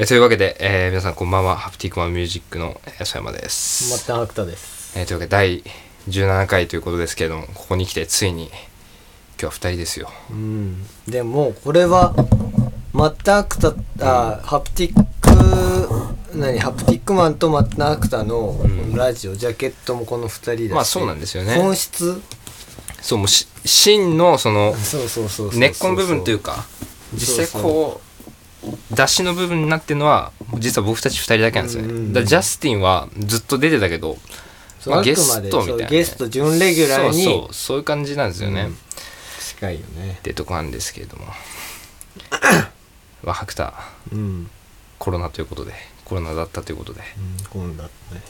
えーというわけで、えー皆さんこんばんはハプティクマンミュージックのえー曽山です、末端アクタですえーというわけで第17回ということですけれどもここに来てついに今日は2人ですようんでもこれは末端アクタあハプティック何ハプティックマンと末端アクタのんラジオ、ジャケットもこの二人だしまあそうなんですよね本質そうもうし真のその そうそうそうそう根っこの部分というかかそう実際こう出しの部分になってるのは実は僕たち2人だけなんですよね、うんうんうんだからジャスティンはずっと出てたけど、そうあくまでゲストみたいなね、そうゲスト準レギュラーにそうそうそういう感じなんですよね、うん近いよねってとこなんですけれ どもまあ白田うん、うん、コロナということでコロナだったということでこんだったね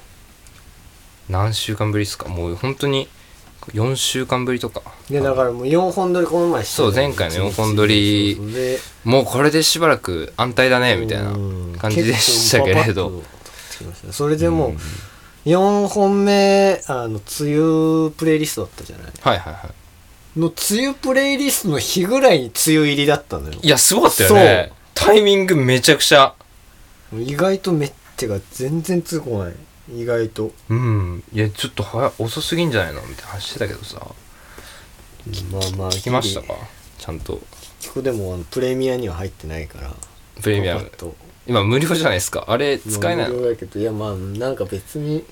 何週間ぶりですかもう本当に4週間ぶりとかでだからもう4本撮りこの前してそう前回の四本撮りでもうこれでしばらく安泰だねみたいな感じでしたけれうんど結構パパッと撮ってきましたそれでもう4本目あの梅雨プレイリストだったじゃないはいはいはの梅雨プレイリストの日ぐらいに梅雨入りだったのよいいやすごかったよねタイミングめちゃくちゃ意外とめってが全然つこない意外とうんいやちょっと早遅すぎんじゃないのみたいな話してたけどさまあまあ聞きましたかちゃんと聞くでもあのプレミアには入ってないからプレミアパムパッと今無料じゃないですかあれ使えないの無料だけどいやまあなんか別に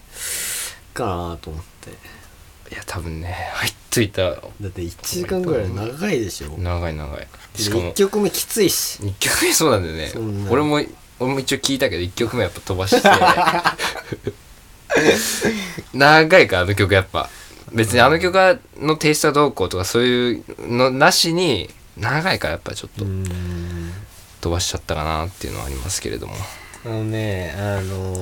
かなと思っていや多分ね入っといただって1時間ぐらい長いでしょ長い長いしかも1曲目きついし1曲目そうなんだよねそうなの俺も俺も一応聞いたけど1曲目やっぱ飛ばして 長いからあの曲やっぱ別にあの曲がのテイストがどうこうとかそういうのなしに長いからやっぱちょっとん飛ばしちゃったかなっていうのはありますけれどもあのねあの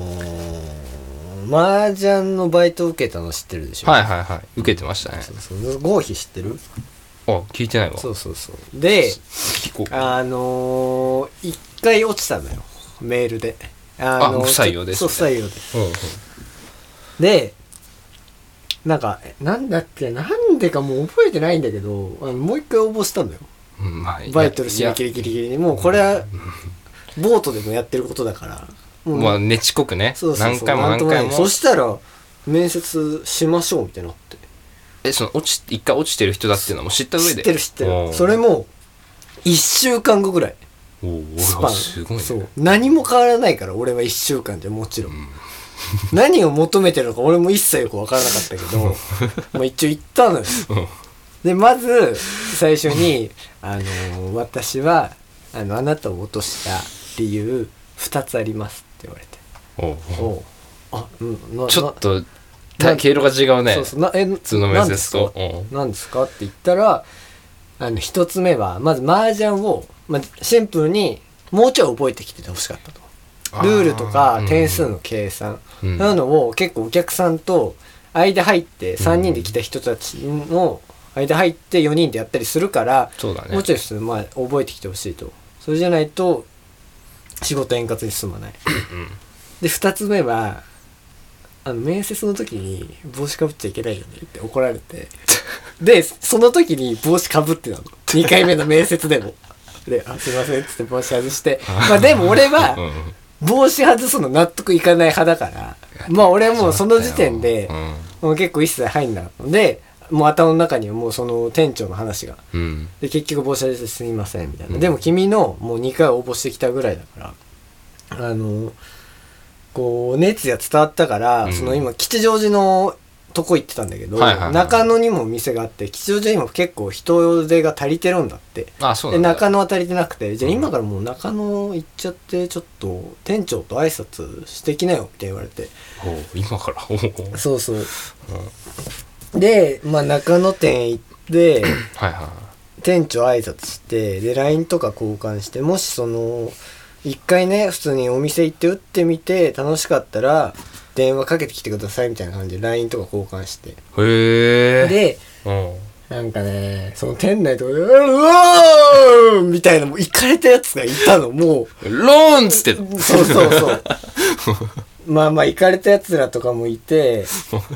ー、麻雀のバイト受けたの知ってるでしょはいいはいはい受けてましたねそうそう合否知ってるあ聞いてないわそうそうそうで聞こうあのー、一回落ちたのよメールでああ不採用ですそう不採用でうんうんでなんかえなんだっけなんでかもう覚えてないんだけどあのもう一回応募したのようんまあいやバイトル締め切りギリギリにもうこれはボートでもやってることだからいもやうまあねちこくねそうそう何そう回もなん何とも回ないもそしたら面接しましょうみたいになってえその落ち一回落ちてる人だっていうのも知った上知でってる知っておーるそれも1週間後ぐらいおースパンすごいねそう何も変わらないから俺は1週間でもちろん、 何を求めてるのか俺も一切よく分からなかったけどまあ一応行ったのよ うんでまず最初に「あのー私はあのあなたを落とした理由2つあります」って言われておう「おうあうんなちょっとなた毛色が違うねそうそうなえ普通の面接と何ですかって言ったらあの一つ目はまず麻雀を、まあ、シンプルにもうちょい覚えてきててほしかったとあールールとかうん点数の計算うそうんいうのを結構お客さんと間入って3人で来た人たちの間入って4人でやったりするからそうだねもうちょい普通にまあ覚えてきてほしいとそれじゃないと仕事円滑に進まないで2つ目はあの面接の時に帽子かぶっちゃいけないよねって怒られてでその時に帽子かぶってたの2回目の面接でもで「あすいません」っつって帽子外してまあでも俺は、うん帽子外すの納得いかない派だからまあ俺はもうその時点でうんもう結構一切入んなかったのでもう頭の中にはもうその店長の話がうんで結局帽子外してすみませんみたいな、うんでも君のもう2回応募してきたぐらいだからあのこう熱意が伝わったから、うんその今吉祥寺のとこ行ってたんだけど、はいはいはい中野にもお店があって吉祥寺今結構人手が足りてるんだってあそうでなんだ中野は足りてなくてじゃあ今からもう中野行っちゃってちょっと店長と挨拶してきなよって言われておう今からおうそうそう、で、まあ、中野店行ってはいはい店長挨拶してで LINE とか交換してもしその一回ね普通にお店行って打ってみて楽しかったら電話かけてきてくださいみたいな感じで LINE とか交換してへえでうんなんかねその店内とかで「うわー!」みたいなもう行かれたやつがいたのもローンっつってうそうそうそう まあまあ行かれたやつらとかもいて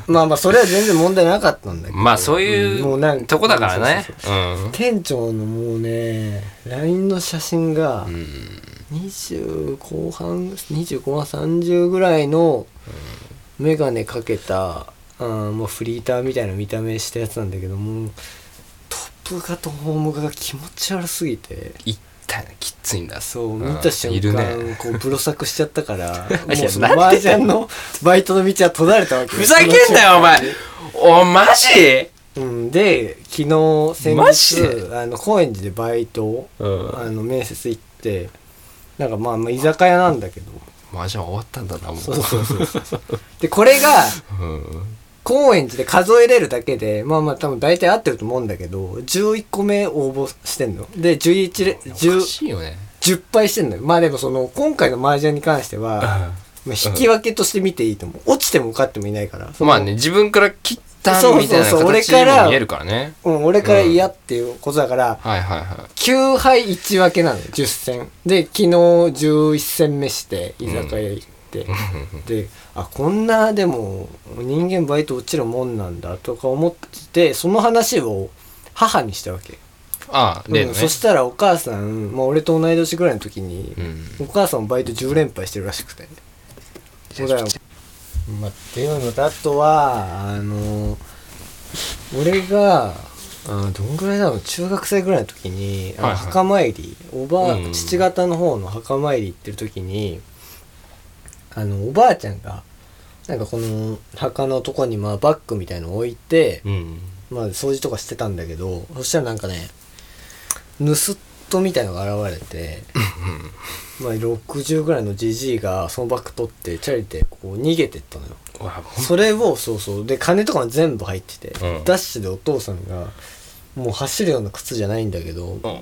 まあまあそれは全然問題なかったんだけどまあそういんもなうんとこだからそうそうねそううん店長のもうね LINE の写真が、うん20後半20後半30ぐらいの眼鏡かけた、うん、もうフリーターみたいな見た目したやつなんだけどもうトップ画とホーム画が気持ち悪すぎて一体のきついんだそううん見た瞬間いるねこうブロ作しちゃったから いやもうそのなんで麻雀のバイトの道は閉ざれたわけふざけんなよお前おマジうん、で昨日先マジ日あの高円寺でバイトを、うんあの面接行ってなんかまあまあ居酒屋なんだけどマジ終わったんだなもうそうそうそうそうでこれがうん高円寺で数えれるだけでまあまあ多分大体合ってると思うんだけど11個目応募してんので11れおか 10, しいよね10敗してんのよまあでもその今回の麻雀に関しては、まあ、引き分けとして見ていいと思う落ちても受かってもいないからそのまあね自分から切ったそうそうみたいなそう俺形かにらも見えるからねうん、俺から嫌っていうことだから、はいはいは9敗1分けなのよ10戦で昨日11戦目して居酒屋行って、であこんなでも人間バイト落ちるもんなんだとか思っててその話を母にしたわけ、いああ例うのんねそしたらお母さん、まあ、俺と同い年ぐらいの時にう、んお母さんもバイト10連敗してるらしくてそうだよまあ、っていうのとあとはあの俺があどんぐらいだろう中学生ぐらいの時に、あのはいはい墓参りおばあ、うん父方の方の墓参り行ってる時にあのおばあちゃんがなんかこの墓のとこにまあバッグみたいの置いて、うんまあ、掃除とかしてたんだけどそしたらなんかね盗っ人みたいのが現れてまあ60ぐらいのじじいがそのバッグ取ってチャリでこう逃げてったのようわほんそれをそうそうで金とかも全部入ってて、うんダッシュでお父さんがもう走るような靴じゃないんだけど、もま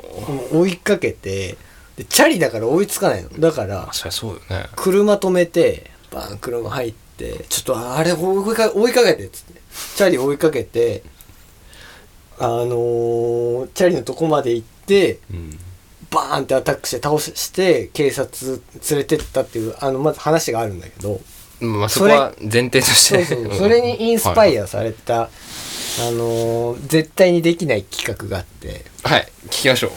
う追いかけてでチャリだから追いつかないのだからあそりゃそうよね車止めてバーン車入ってちょっとあれ追いか追いかけてっつってチャリ追いかけてあのーチャリのとこまで行ってうんバーンってアタックして倒しして警察連れてったっていうあのまず話があるんだけどまあそこは前提としそうてそう それにインスパイアアされた、あのー絶対にできない企画があってはい聞きましょう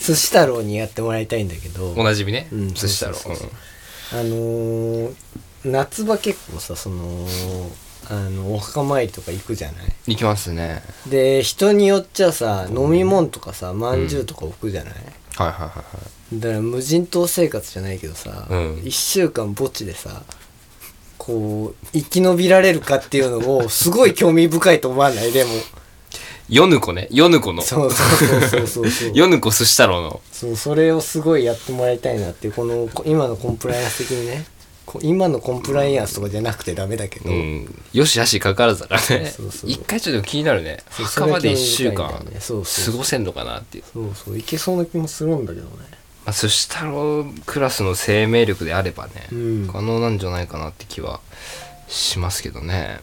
寿司太郎にやってもらいたいんだけどおなじみねうんそしたらそうそうそうあのー夏場結構さそのあのお墓参りとか行くじゃない行きますねで人によっちゃさ飲み物とかさまんじゅうとか置くじゃない、はいはいはいだから無人島生活じゃないけどさ、うん1週間墓地でさこう生き延びられるかっていうのをすごい興味深いと思わないでもはいヨヌコねヨヌコのそうそうそうそうそうそうヨヌコ寿司太郎のそうそれをすごいやってもらいたいなっていうこのこ今のコンプライアンス的にねこ今のコンプライアンスとかじゃなくてダメだけど、うんよしあしかからずだからねそうそう一回ちょっと気になるねそう墓まで1それ週は興味間深いんだよねそうそう過ごせんのかなっていうそうそういけそうな気もするんだけどねまあ寿司太郎クラスの生命力であればねうん可能なんじゃないかなって気はしますけどね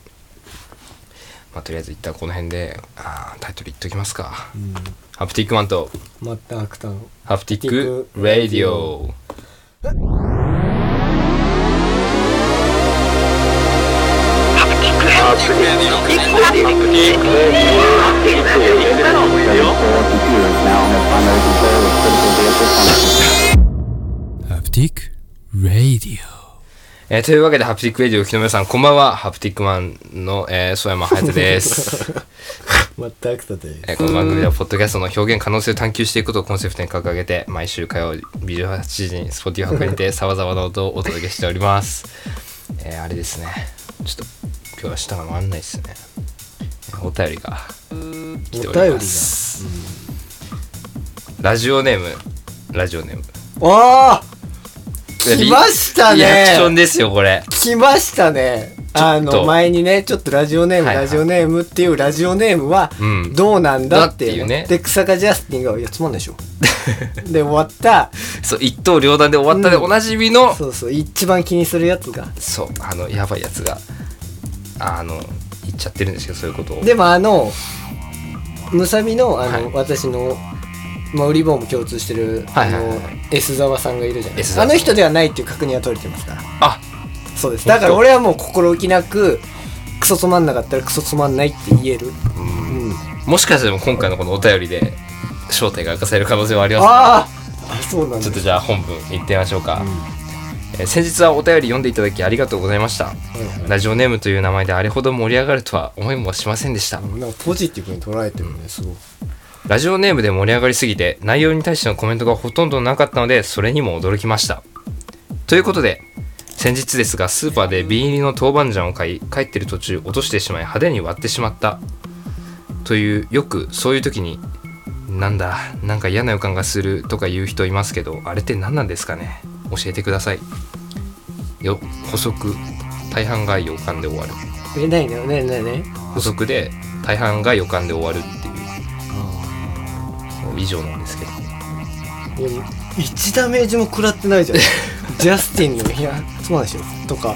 まあとりあえず一旦この辺であータイトルいっときますかうんハプティックマントまたアクタのハプティック・ラディオえーというわけで、ハプティック・ラディオ、木の皆さん、こんばんは。ハプティックマンの、えー、曽山隼人です。またアクタでえーこの番組ではポッドキャストの表現可能性を探求していくことをコンセプトに掲げて毎週火曜日18時に Spotify にてさまざまな音をお届けしております、えーあれですねちょっと今日は下が回んないですねえーお便りが来ておりますラジオネームラジオネームおー来ましたリアクションねですよこれ来ましたねあちょっのと前にねちょっとラジオネーム、はいはいラジオネームっていうラジオネームはうんどうなんだっていう,、だっていうねで草加ジャスティンが「いやつまんないでしょ」 で終わったそう一刀両断で終わったでうんおなじみの、そうそう一番気にするやつがそうあのやばいやつがあの言っちゃってるんですけどそういうことをでもあのむさみのあの、はい私の、まあ、ウリボーも共通してる、はいはいはいあの S 沢さんがいるじゃない S あ沢さんの人ではないっていう確認は取れてますからあそうですだから俺はもう心置きなくクソつまんなかったらクソつまんないって言えるうんもしかしても今回のこのお便りで正体が明かされる可能性はありますあああそうなんちょだっとじゃあ本文いってみましょうか、うんえー先日はお便り読んでいただきありがとうございましたはいはいラジオネームという名前であれほど盛り上がるとは思いもしませんでしたなんかポジティブに捉えてるねすごいラジオネームで盛り上がりすぎて内容に対してのコメントがほとんどなかったのでそれにも驚きましたということで先日ですがスーパーで瓶入りの豆板醤を買い帰ってる途中落としてしまい派手に割ってしまったというよくそういう時になんだなんか嫌な予感がするとか言う人いますけどあれって何なんですかね教えてくださいよ補足大半が予感で終わるえないねないないね補足で大半が予感で終わるっていう以上なんですけどいや1ダメージも食らってないじゃんジャスティンの「いやそうなんですよ」とか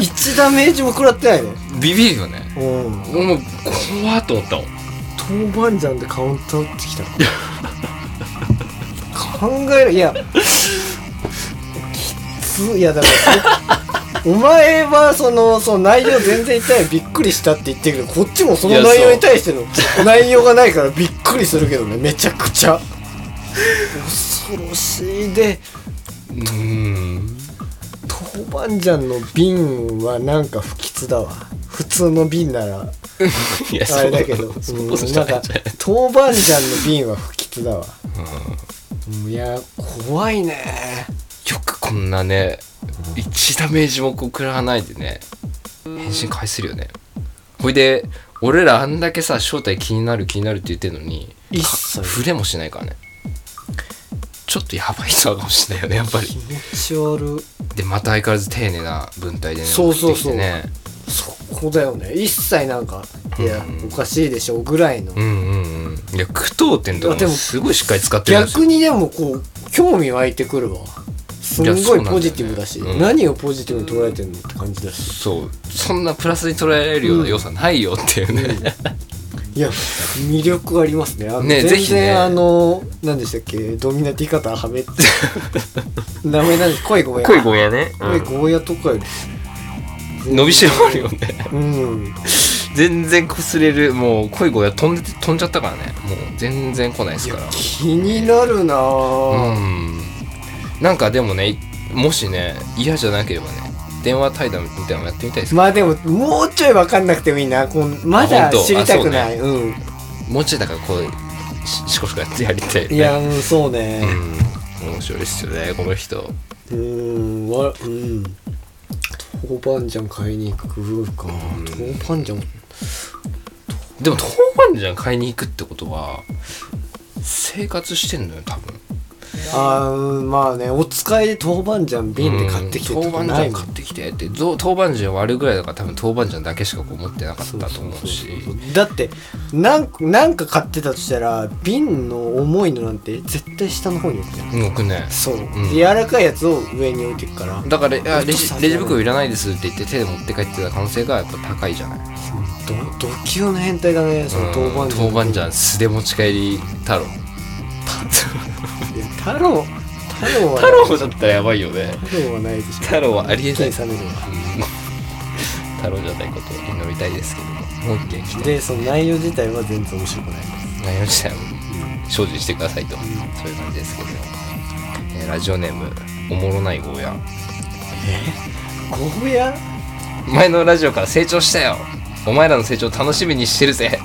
1ダメージも食らってないのビビるよねうんもう怖っと思ったもん豆板醤でカウンター打ってきたの考えるいやきついやだからそお前はそのその内容全然言ったよびっくりしたって言ってるけどこっちもそのいや内容そうに対しての内容がないからびっくりするけどねめちゃくちゃ恐ろしいでうーん豆板醤の瓶はなんか不吉だわ普通の瓶ならいやあれだけど、そううんそうじなゃんないかじゃない豆板醤の瓶は不吉だわ、うん、いや怖いねよくこんなね1ダメージもこう食らわないでね返信返せるよねほいで俺らあんだけさ正体気になる気になるって言ってるのに一切触れもしないからねちょっとやばい人かもしれないよねやっぱり気持ち悪でまた相変わらず丁寧な文体でねそうそうそ送ってきうてねそこだよね一切なんかいや、おかしいでしょぐらいの、うんうんうんいや句読点といやかでももすごいしっかり使ってるんですよ逆にでもこう興味湧いてくるわすんいやそごうなんだよねいポジティブだしうん何をポジティブに捉えてるのって感じだしそうそんなプラスに捉えられるような要素はないよっていうね、いや魅力ありますねあのね全ぜひ然、ねあの何でしたっけドミナティ方は めって名前なんです恋ゴーヤ声ごやね、恋ゴーヤとかより伸びしろあるよねうん全然擦れるもう声ごや飛んでて飛んじゃったからねもう全然来ないですから気になるなうぁ、んなんかでもねもしね嫌じゃなければね電話対談みたいなのやってみたいですけまあでももうちょい分かんなくてもいいなこんまあ本だ当知りたくないうんどもうちょいだからこうししこしこやってやりたいよねいやうんそううねん面白いですよねこの人うーんわうん豆板醤買いに行く工夫か豆板醤でも豆板醤買いに行くってことは生活してんのよ多分あーうんまあねお使いで豆板醤瓶で買ってきてうんと豆板かない醤も買んってきてってぞ豆板醤割るぐらいだから多分豆板醤だけしかこう持ってなかったと思うしだってなんなんか買ってたとしたら瓶の重いのなんて絶対下の方に置くじゃん動くねそう、んで柔らかいやつを上に置いてくからだからいやおレ父さんジレジ袋いらないですって言って手で持って帰ってた可能性がやっぱ高いじゃないどド級の変態だねその豆板う醤ん豆板醤素で持ち帰り太郎いや太郎太郎は太郎だったらやばいよね太郎はないでしょ太郎はありえない一気に冷めるわ太郎じゃないことを祈りたいですけどもう一件来てでその内容自体は全然面白くない内容自体も精進してくださいとそういう感じですけど、えーラジオネームおもろないゴーヤゴーヤ前のラジオから成長したよお前らの成長楽しみにしてるぜ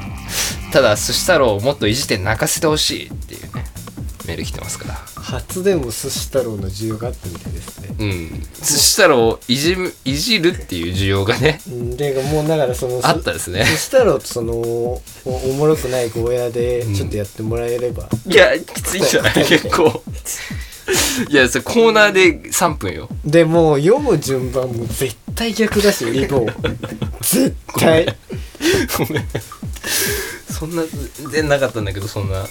ただ寿司太郎をもっといじって泣かせてほしいっていうねメール来てますから初でも寿司太郎の需要があったみたいですねうん寿司太郎をいじむいじるっていう需要がねうんでもうだからそのあったですねそしたらそのおおもろくないゴーヤでんちょっとやってもらえれば、いやきついんじゃない 結構いやそれコーナーで3分よでもう読む順番も絶対逆だしリボン 絶対ごめんそんな全然なかったんだけどそんな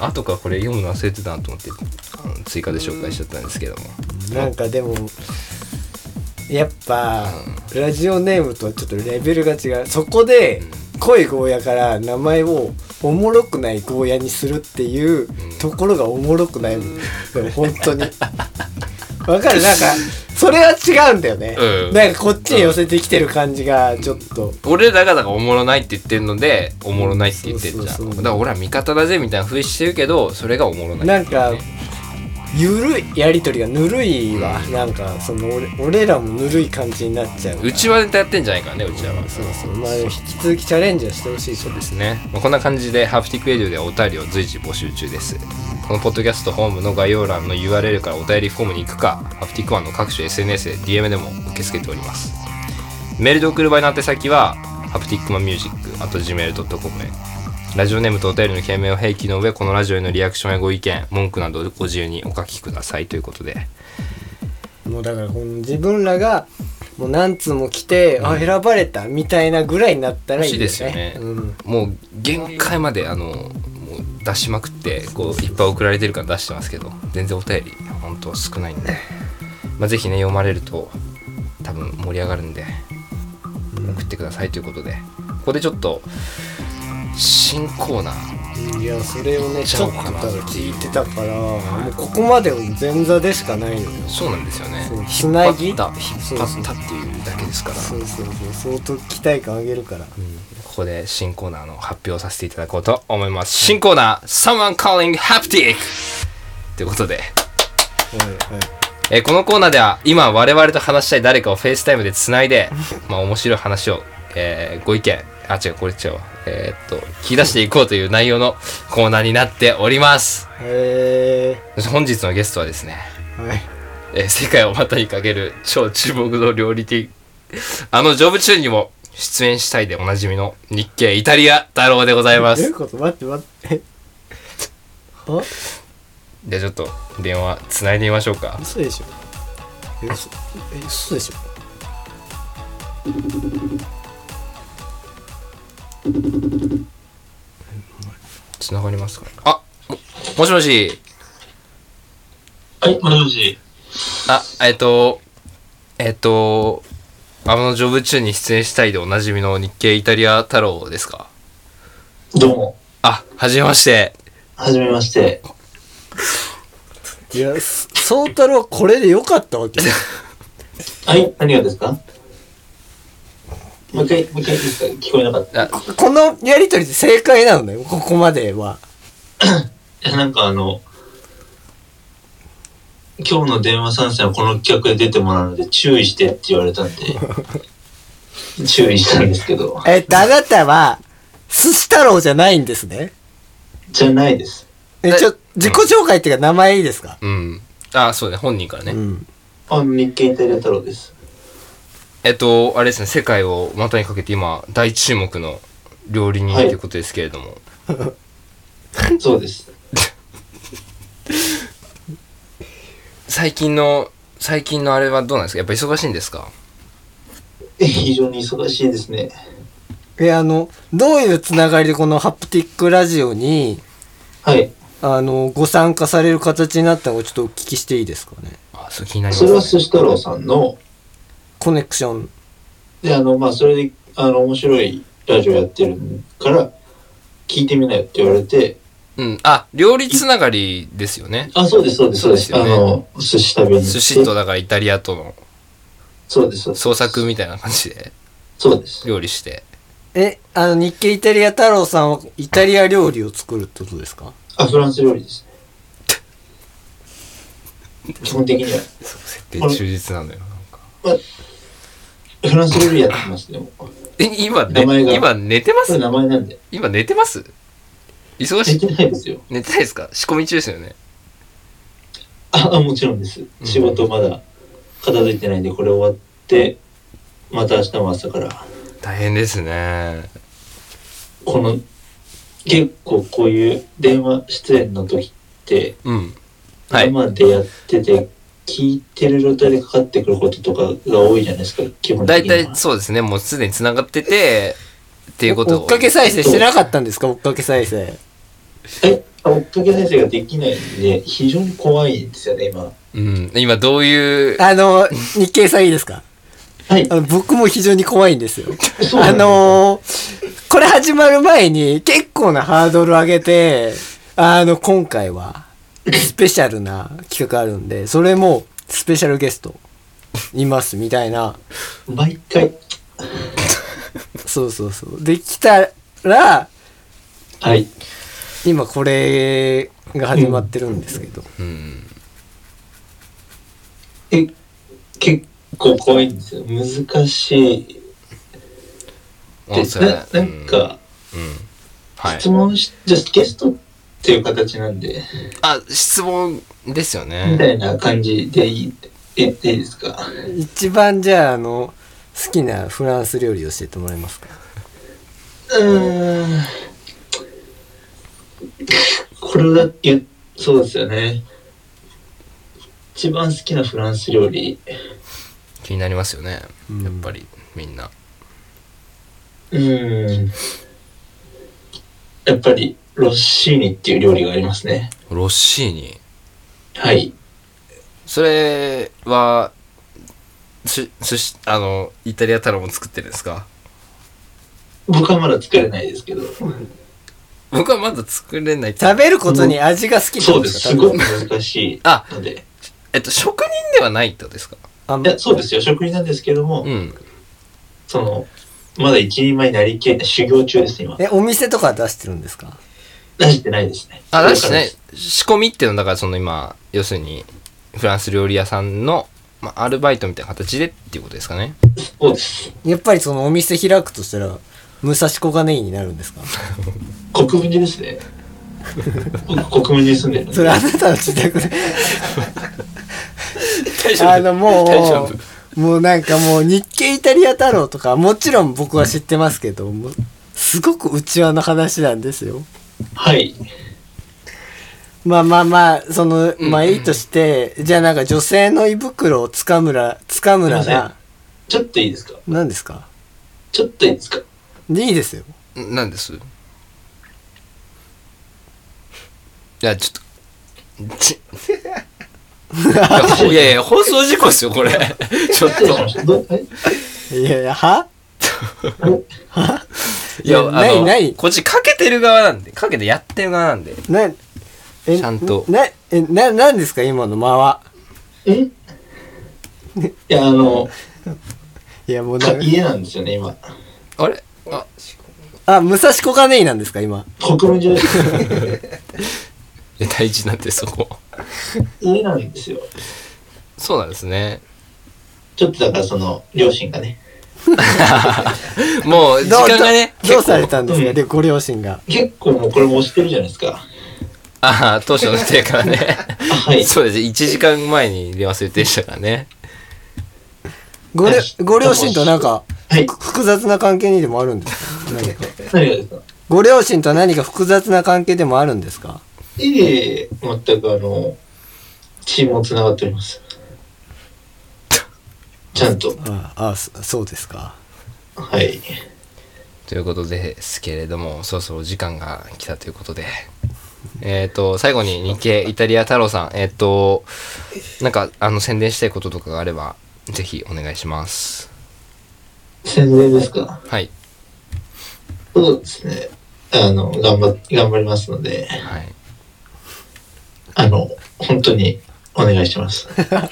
後からこれ読むの忘れてたなと思ってあの追加で紹介しちゃったんですけどもなんかでもやっぱ、ラジオネームとはちょっとレベルが違うそこで濃いゴーヤから名前をおもろくないゴーヤにするっていうところがおもろくないもん、でも本当にわかるなんかそれは違うんだよね、うんなんかこっちに寄せてきてる感じがちょっと、俺らがだからおもろないって言ってるのでおもろないって言ってるじゃんそうそうそうだから俺は味方だぜみたいなふうしてるけどそれがおもろないなんっていうかねゆるいやり取りがぬるいわ、なんかその俺俺らもぬるい感じになっちゃうからうちはネタやってんじゃないからねうちらはそうそうまあでも引き続きチャレンジはしてほしいとそうですね、まあ、こんな感じでハプティックエディオではお便りを随時募集中ですこのポッドキャストホームの概要欄の URL からお便りフォームに行くかハプティックワンの各種 SNS で DM でも受け付けておりますメールで送る場合の宛先はハプティックマンミュージックあと gmail.com へラジオネームとお便りの件名を併記の上このラジオへのリアクションやご意見文句などご自由にお書きくださいということでもうだからこの自分らがもう何通も来て、あ選ばれたみたいなぐらいになったらいいよね欲しいですよねうん、もう限界まであのもう出しまくってこういっぱい送られてるから出してますけど全然お便り本当少ないんで、まあ、ぜひね読まれると多分盛り上がるんで送ってくださいということでここでちょっと新コーナーいやそれをねちちゃょおうっとかな聞いてたからもうここまでも前座でしかないのよそうなんですよねそうつ引っな張ぎった引っ張ったっていうだけですからそうそうそう相当期待感上げるからここで新コーナーの発表をさせていただこうと思います新コーナー Someone Calling Haptic ということではいはいえーこのコーナーでは今我々と話したい誰かをフェイスタイムでつないで、まあ、面白い話を、えーご意見あ違うこれ違うわえーっと聞き出していこうという内容のコーナーになっておりますへそして本日のゲストはですね、ーはいえー世界を股にかける超注目の料理人あのジョブチューンにも出演したいでおなじみの日系イタリア太郎でございまどういすうこと待って待ってえはじゃあちょっと電話つないでみましょうか嘘でしょえ嘘え嘘でしょつながりますかあももしもしはい、もしもし。あ、えっ、と、えっ、と、あのジョブ中に出演したいでおなじみの日系イタリア太郎ですかどうも。あ、はじめまして。はじめまして。いやそ 宗太郎はこれでよかったわけはい、何がですかもう一回、もう一回いいですか聞こえなかっあこのやりとりで正解なのねここまではた。いやなんかあの、今日の電話参戦はこの企画で出てもらうので注意してって言われ たんで、注意したんですけど、えっとあなたは寿司太郎じゃないんですねじゃないです。えちょ自己紹介っていうか名前いいですか、うん。あ、そうね、本人からね。うん、あ、日経イタリア太郎です。えっ、と、あれですね、世界を股にかけて今、大注目の料理人とはいいうことですけれども。そうです。最近の、最近のあれはどうなんですかやっぱ忙しいんですか非常に忙しいですね。えあのどういうつながりでこのハプティックラジオにはい。あのご参加される形になったのをちょっとお聞きしていいですかねあ、そう気になります、そね。れは寿司太郎さんの、コネクションで、あの、まあ、それで、あの、面白いラジオやってるから、聞いてみなよって言われて、うん。あ、料理つながりですよね。あ、そうです、そうです、そうです。そうですあよねの、寿司食べに行って。寿司とだからイタリアとのそうです、そうです。創作みたいな感じでそうです。料理して。えあの日系イタリア太郎さんはイタリア料理を作るってことですかあ、フランス料理ですね。基本的には。設定忠実なのよ。なんかフランス料理やってます、でも。こえ、今、ね名前、が今寝てまれす名前なんで。今寝てます忙しでいきないですよ。寝てないですか仕込み中ですよね。あ、あもちろんです。仕事まだ片付いてないんで、これ終わって、また明日も朝から、大変ですね。この、結構こういう電話出演の時って、うん。はい。生でやってて、聞いてる状態でかかってくることとかが多いじゃないですか、基本的大には。体そうですね。もうすでに繋がってて、っていうこと追をっか。け再生してなかったんですか追っかけ再生え、追っかけ先生ができないんで、非常に怖いんですよね、今。うん。今どういう、あの日系さんいいですかはいあ。の僕も非常に怖いんですよそうなあんですよのー、これ始まる前に結構なハードル上げて、あの、今回はスペシャルな企画あるんで、それもスペシャルゲストいますみたいな、毎回。そうそうそう。できたら、はい。今これが始まってるんですけど、うん。え、結構怖いんですよ。難しいあです。ななんか、うん、うんはい質問し、じゃあゲストっていう形なんで、あ質問ですよみたねいな感じでいい、え、でいいですか一番じゃああの好きなフランス料理教えてもらえますかうーん。これだけ、そうですよね。一番好きなフランス料理。気になりますよねうんやっぱりみんなうーん。やっぱり、ロッシーニっていう料理がありますね。ロッシーニはい。それはし寿司あのイタリア太郎も作ってるんですか僕はまだ作れないですけど。僕はまだ作れない食べることに味が好きそうです。す食べごくる難しいあので。えっと職人ではないってことですかあんいや、そうですよ。職人なんですけども、うんその、まだ一人前になりきれない修行中です、今。えお店とか出してるんですか出してないですね。あ、だしこれからねです、仕込みっていうのはだからその今、要するに、フランス料理屋さんの、まあ、アルバイトみたいな形でっていうことですかね。そうです。やっぱりそのお店開くとしたら武蔵小金井になるんですか国分寺ですね。僕、国分寺に住んでるんそで。れあなたの自宅で大あ大丈のも夫うもうなんかもう日系イタリア太郎とかもちろん僕は知ってますけどもうすごく内輪の話なんですよはい。まあまあまあそのまあいいとして、じゃあなんか女性の胃袋をつかむらつかむらすいまがちょっといいですか何ですかちょっといいですかでいいですよんなんですいや、ちょっと、ち、 いやいやいや、放送事故ですよ、これ。ちょっちょっと。と待ってどうえいやいやはいや、いやあないのない、こっちかけてる側なんで、かけてやってる側なんで。なえちゃんとなえななんですか今の間はえいや、あの、いやもうなか家なんですよね、今。あれあ、あ武蔵小金井なんですか今国分寺です。いや大事なんで、そこ。家なんですよ。そうなんですね。ちょっとだからその、両親がね。もう、時どう間がね、どどうされ結構たんですか、うんでご両親が結構もうこれも押してるじゃないですか。ああ、当初の予定から ね。あはい。そうです。1時間前に電話する予定でしたからね。ごりょよしご両親となんかはい。複雑な関係にでもあるんですか何か何がですかご両親と何か複雑な関係でもあるんですかええ全くあの、チームも繋がっております。ちゃんと。ああそそうですかはい。ということですけれども、そろそろお時間が来たということで。えっ、と、最後に日系イタリア太郎さん、えっ、と、なんか、あの、宣伝したいこととかがあれば、ぜひお願いします。宣伝ですかはい。そうですね。あの、頑張っ、頑張りますので、はい。あの、本当にお願いし ます。は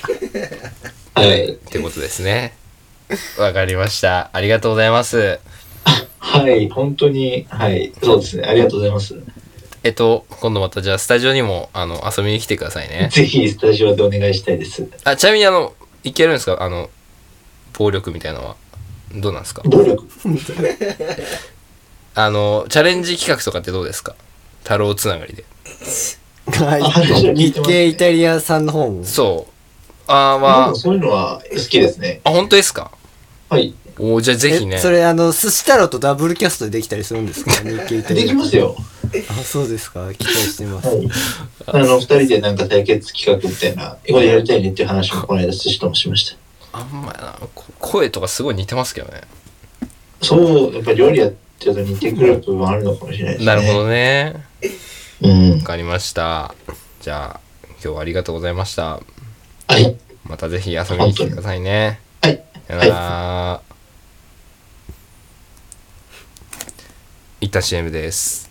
い。ということですね。わかりました。ありがとうございます。はい、本当に、はい、そうですね。ありがとうございます。えっ、と、今度またじゃあ、スタジオにも、あの、遊びに来てくださいね。ぜひ、スタジオでお願いしたいです。あ、ちなみに、あの、いけるんですかあの、暴力みたいなのは。どうなんですか暴力あの、チャレンジ企画とかってどうですか太郎つながりで。話を聞いて日ます系イタリアさんの方もそう。あーままああ、、そういうのは好きですね。あ、本当ですかはい。おーじゃあぜひねえ。それあの寿司太郎とダブルキャストでできたりするんですか日系イタリアできますよ。あそうですか期待してます はい。あの、二人でなんか対決企画みたいな、これやりたいねっていう話もこの間、寿司ともしました。あんまやな、こ声とかすごい似てますけどね。そう、やっぱり料理やってると似てくる部分あるのかもしれないですね。なるほどね。ど。うんわ。かりました。じゃあ、今日はありがとうございました。はい。またぜひ遊びに来てくださいね。はい。さよなら。いったん CM です。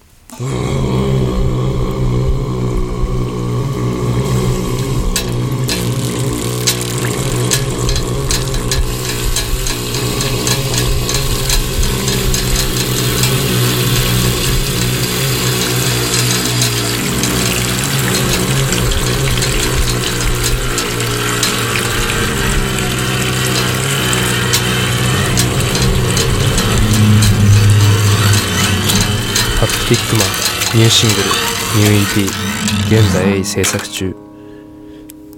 「スティックマンニューシングルニュー EP 現在鋭意制作中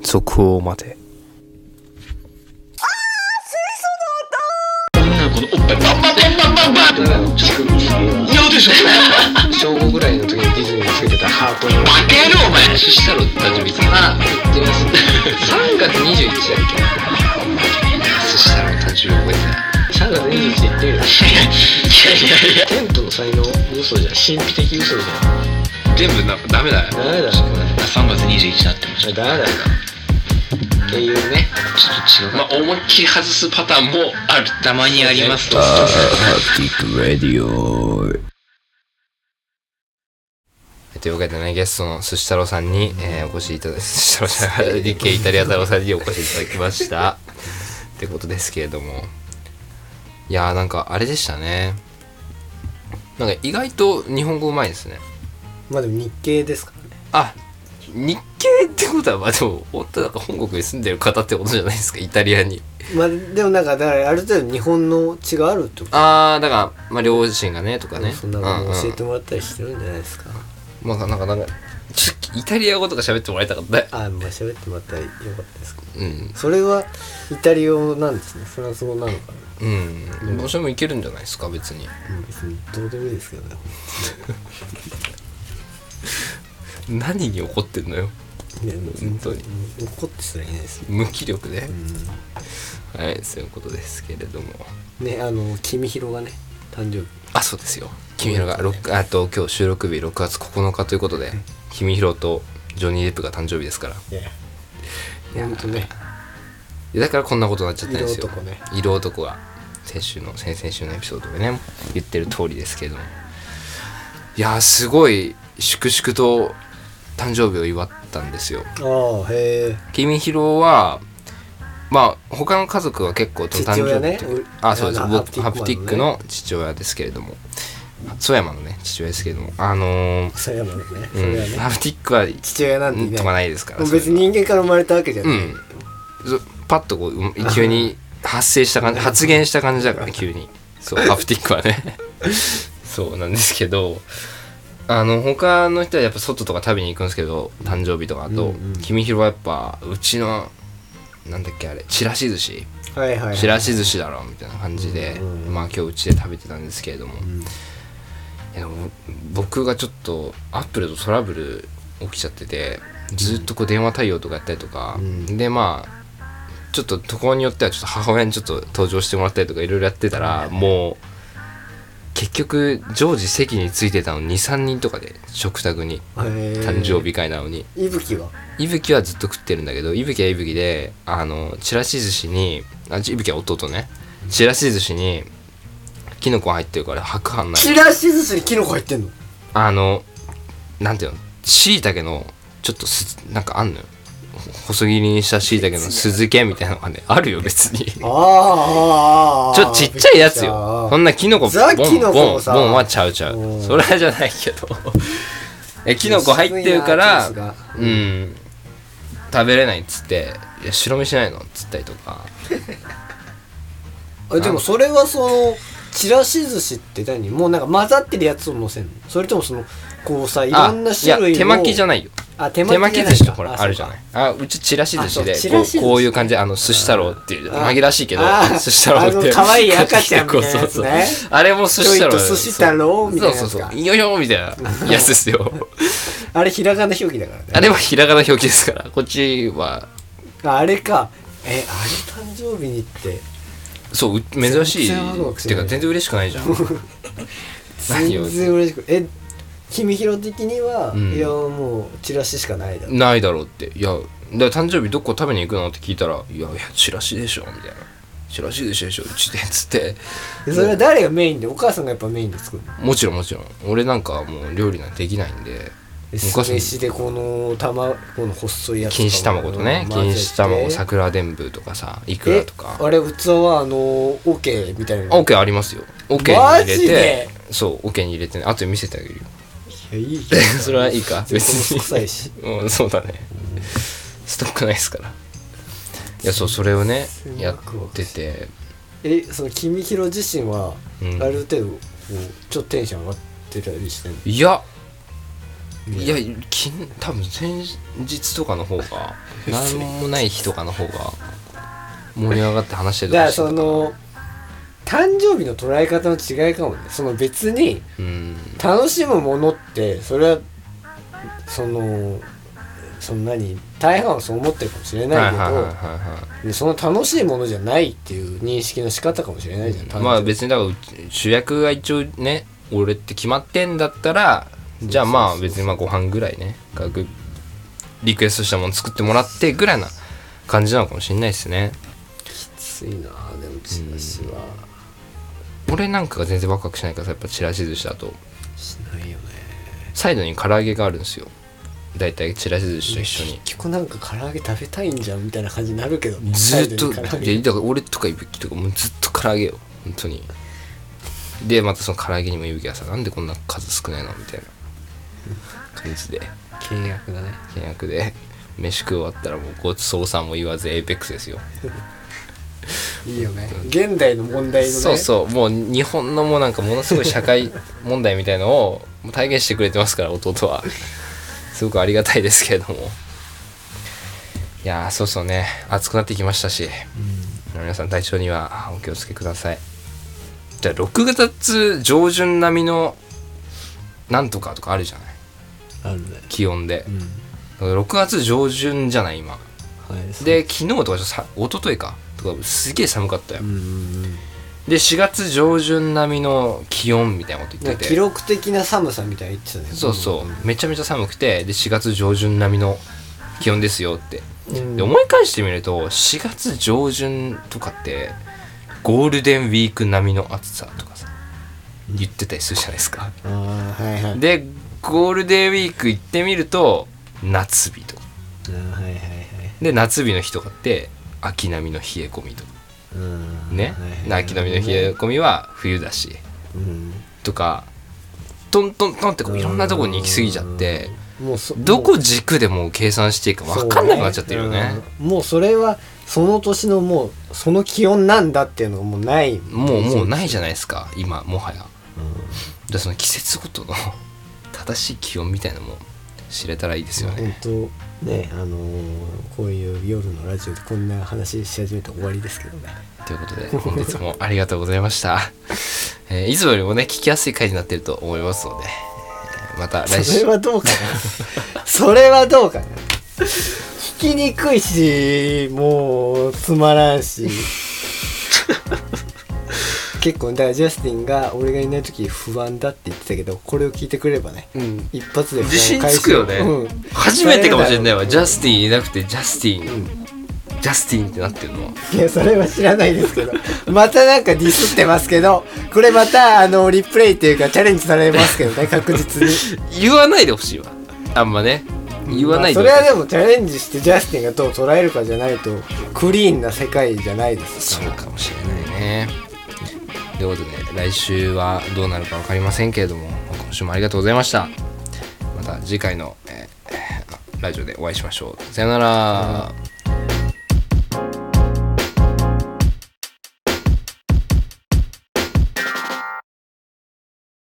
続報を待て小5ぐらいの時にディズニーにつけてたハートに負けるお前そしたら誕生日あ言ってます3月21日だっけそしたら誕生日覚えてない3月21日言ってみるいやいやいやテントの才能嘘じゃん神秘的嘘じゃん全部なダメだよダメだろこれ3月21日だってましダメだよっていうねちょっと違うまあ思いっきり外すパターンもあるたまにありますとというわけでねゲストの寿司太郎さんに、えーお越しいただき寿司太郎さん日系イタリア太郎さんにお越しいただきましたってことですけれどもいやーなんかあれでしたねなんか意外と日本語うまいですねまあでも日系ですからねあ日系ってことはまあでも本当なんか本国に住んでる方ってことじゃないですかイタリアにまあでもなんかだからある程度日本の血があるってことああだから、まあ、両親がねとかねそんなのうんうん教えてもらったりしてるんじゃないですか、まあなんかなんかちょっとイタリア語とか喋ってもらいたかったねああまあ喋ってもらったらよかったですけうどんそれはイタリア語なんですねフランス語なのかうんどうしてもいけるんじゃないですか別にな、うん、別にどうでもいいですけどね何に怒ってんのよいやもう本当にうん怒ってすらいないですよ、無気力でう、ん、はいそういうことですけれどもねあの君ひろがね誕生日あそうですよ君らが6あと今日収録日6月9日ということで君ひろとジョニー・デップが誕生日ですからいやほんとねいやだからこんなことになっちゃったんですよ色男ね色男が先週の先々週のエピソードでね言ってる通りですけれどもいやーすごい粛々と誕生日を祝ったんですよああへえ君ひろはまあ他の家族は結構と父親ね誕生日うあそうですあの僕ハハププテティィッッククのの父親ですけれども曽山のね父親ですけれどもあのーそれはもうねそれはうん、ねハプティックは父親なんていとかないないですからもう別そういうのはに人間から生まれたわけじゃない、うんそパッとこううん急に発生した感じ発言した感じだからね急にそう ハプティックはねそうなんですけどあの他の人はやっぱ外とか食べに行くんですけど誕生日とかあと、うんうん君ひろはやっぱうちのなんだっけあれちらし寿司はいはい、はい、ちらし寿司だろみたいな感じで、うんうんまあ今日うちで食べてたんですけれども,、んいやでも僕がちょっとアップルとトラブル起きちゃっててずっとこう電話対応とかやったりとか、うんでまあちょっとところによってはちょっと母親にちょっと登場してもらったりとかいろいろやってたらもう結局常時席についてたの23人とかで食卓に誕誕生日会なのに。いぶきはいぶきはずっと食ってるんだけどいぶきはいぶきであのちらし寿司にあちいぶきは弟ねちらし寿司にきのこ入ってるから白飯ないちらし寿司にキノコ入ってんのあのなんていうのしいたけのちょっとすなんかあんのよほ細切りにしたしいたけの酢漬けみたいなのがねあるよ別にちあょああああああっとちっちゃいやつよそんなきのこボザンボキノンコボもンさはちゃうちゃううんそれじゃないけどえきのこ入ってるからうん食べれないっつって「いや白飯ないの?」っつったりとかあでもそれはそのちらし寿司って何もうなんか混ざってるやつをのせんのそれともそのこうさいろんな種類あいやの手巻きじゃないよあ手手巻巻きき寿司じとゃほないらかあるじゃないあうちちらし寿司であそうこちらしう寿司こういう感じであの寿司太郎っていうあ紛らわしいけどあ 寿司太郎っていうあの可愛い赤ちゃんみたいな やつねそうそうそうあれも寿司太郎ちょいと寿司太郎みたいなやつそうかそうそうよよみたいな やつですよ あれひらがな表記だからねあれはひらがな表記ですからこっちはああれかえあれ誕生日にってそうう珍しい全然ワクワクしってないか全然嬉しくないじゃん何全よ然嬉しくえ君ひろ的には、んいやもうチラシしかないだろないだろうっていやだから誕生日どこ食べに行くのって聞いたら「いやいやチラシでしょ」みたいな「チラシでしょでしょうちで」っつってでそれは誰がメインでお母さんがやっぱメインで作るのもちろんもちろん俺なんかもう料理なんてできないんで酢飯でこの卵この細いやつ錦糸卵とね錦糸卵桜でんぶとかさいくらとえかあれ器はあのオケみたいなオケありますよオケに入れマジでてそうオケに入れてね後で見せてあげるよいやいいそれはいいか別別にに臭いしうん、そうだねストックないですからいやそうそれをね全然やっワクワクてしてえその君ひろ自身はうんある程度こうちょっとテンション上がってってたりしてんのいやいやき多分前日とかの 方が何もない日とかの方が盛り上がって話してるだとからかしてたその誕生日の捉え方の違いかもねその別にうん楽しむものってそれはそのそんなに大半はそう思ってるかもしれはいはないいけはいはいどでその楽しいものじゃないっていう認識の仕方かもしれないじゃんはい誕生日まあ別にだから主役が一応ね俺って決まってんだったらじゃあまあ別にまあご飯ぐらいねがぐリクエストしたもの作ってもらってぐらいな感じなのかもしれないですねきついなあでもチラシは俺なんかが全然ワクワクしないからさやっぱチラシ寿司だとしないよねサイドに唐揚げがあるんですよ大体チラシ寿司と一緒に結局なんか唐揚げ食べたいんじゃんみたいな感じになるけどずっとサイドに唐揚いげやだから俺とかいぶきとかもうずっと唐揚げよ本当にでまたその唐揚げにもいぶきがさなんでこんな数少ないのみたいな感じで契約だね契約で飯食い終わったらもうごちそうさんも言わずエイペックスですよいいよね現代の問題のねそうそうもう日本のもうなんかものすごい社会問題みたいのを もう体現してくれてますから弟はすごくありがたいですけれどもいやーそうそうね暑くなってきましたし、皆さん体調にはお気をつけくださいじゃあ6月上旬並みのなんとかとかあるじゃないあるね気温でうん6月上旬じゃない今はいで昨日とかちょっとさ一昨日かとかすげえ寒かったよ、うんうんうんで4月上旬並みの気温みたいなこと言なんっかて記て録的な寒さみたいに言ってたねそうそう、めちゃめちゃ寒くてで4月上旬並みの気温ですよってうんで思い返してみると4月上旬とかってゴールデンウィーク並みの暑さとかさ言ってたりするじゃないですかああはいはいでゴールデンウィーク行ってみると夏日とかあーはいはいはいで夏日の日とかって秋並みの冷え込みとかうんねはいはい秋並みの冷え込みは冬だしうんとかトントントンってこういろんなとこに行き過ぎちゃってもうそどこ軸でもう計算していいかもう分かんなくなっちゃってるよねそううんもうそれはその年のもうその気温なんだっていうのがもうないもうもういないじゃないですか今もはやでその季節ごとの 正しい気温みたいなのも知れたらいいですよね本当ねあのーこういう夜のラジオでこんな話し始めたら終わりですけどねということで本日もありがとうございました、 えーいつもよりもね聞きやすい回になってると思いますので、えーまた来それ週はどうかな それはどうかな聞きにくいしもうつまら んし結構だからジャスティンが俺がいない時不安だって言ってたけどこれを聞いてくればね、ん一発で不安を自信回収つくよね、うん初めてかもしれないわうんジャスティンいなくてジャスティン、ジャスティンってなってるのはいやそれは知らないですけどまたなんかディスってますけどこれまたあのリプレイっていうかチャレンジされますけどね確実に言わないでほしいわあんまね言わないでほまあそれしい、はでもチャレンジしてジャスティンがどう捉えるかじゃないとクリーンな世界じゃないですそうかもしれないねということで来週はどうなるか分かりませんけれども今週もありがとうございましたまた次回の、えーえーラジオでお会いしましょうさよなら